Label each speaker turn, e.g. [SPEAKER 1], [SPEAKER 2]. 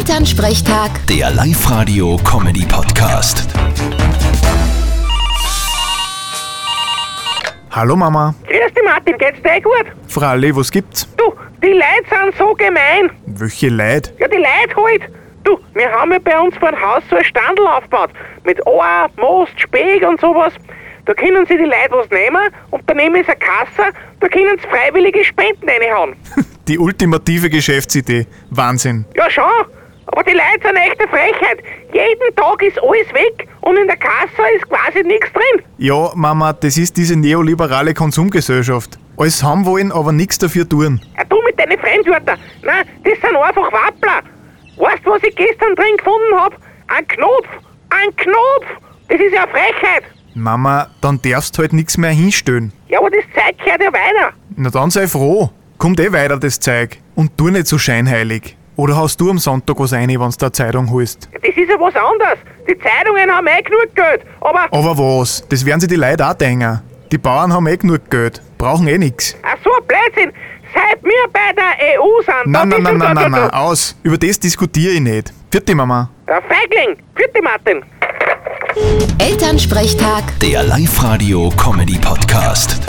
[SPEAKER 1] Elternsprechtag,
[SPEAKER 2] Der Live-Radio-Comedy-Podcast.
[SPEAKER 3] Hallo Mama.
[SPEAKER 4] Grüß dich, Martin, geht's dir eh gut?
[SPEAKER 3] Fralli, was gibt's?
[SPEAKER 4] Du, die Leute sind so gemein.
[SPEAKER 3] Welche Leid?
[SPEAKER 4] Ja, die Leute halt. Du, wir haben ja bei uns vor dem Haus so ein Standel aufgebaut. Mit Ohr, Most, Speck und sowas. Da können sie die Leute was nehmen und daneben ist eine Kasse, da können sie freiwillige Spenden reinhauen.
[SPEAKER 3] Die ultimative Geschäftsidee. Wahnsinn.
[SPEAKER 4] Ja, schon. Aber die Leute sind eine echte Frechheit. Jeden Tag ist alles weg und in der Kasse ist quasi nichts drin.
[SPEAKER 3] Ja, Mama, das ist diese neoliberale Konsumgesellschaft. Alles haben wollen, aber nichts dafür tun.
[SPEAKER 4] Ja, du mit deinen Fremdwörtern. Nein, das sind einfach Wappler. Weißt du, was ich gestern drin gefunden hab? Ein Knopf. Ein Knopf. Das ist ja eine Frechheit.
[SPEAKER 3] Mama, dann darfst halt nichts mehr hinstellen.
[SPEAKER 4] Ja, aber das Zeug gehört ja weiter.
[SPEAKER 3] Na dann sei froh. Kommt eh weiter das Zeug. Und tu nicht so scheinheilig. Oder hast du am Sonntag was rein, wenn's da Zeitung holst?
[SPEAKER 4] Ja, Das ist ja was anderes. Die Zeitungen haben eh genug Geld. Aber,
[SPEAKER 3] Aber was? Das werden sie die Leute auch denken. Die Bauern haben eh genug Geld. Brauchen eh nix.
[SPEAKER 4] ach so, ein Blödsinn. Seit wir bei der EU sind,
[SPEAKER 3] Nein, nein,
[SPEAKER 4] bist
[SPEAKER 3] nein,
[SPEAKER 4] du-
[SPEAKER 3] nein,
[SPEAKER 4] du-
[SPEAKER 3] nein, nein,
[SPEAKER 4] du-
[SPEAKER 3] aus. Über das diskutiere ich nicht. Vierte Mama.
[SPEAKER 4] Der Feigling. Vierte Martin.
[SPEAKER 1] Elternsprechtag.
[SPEAKER 2] Der Live-Radio-Comedy-Podcast.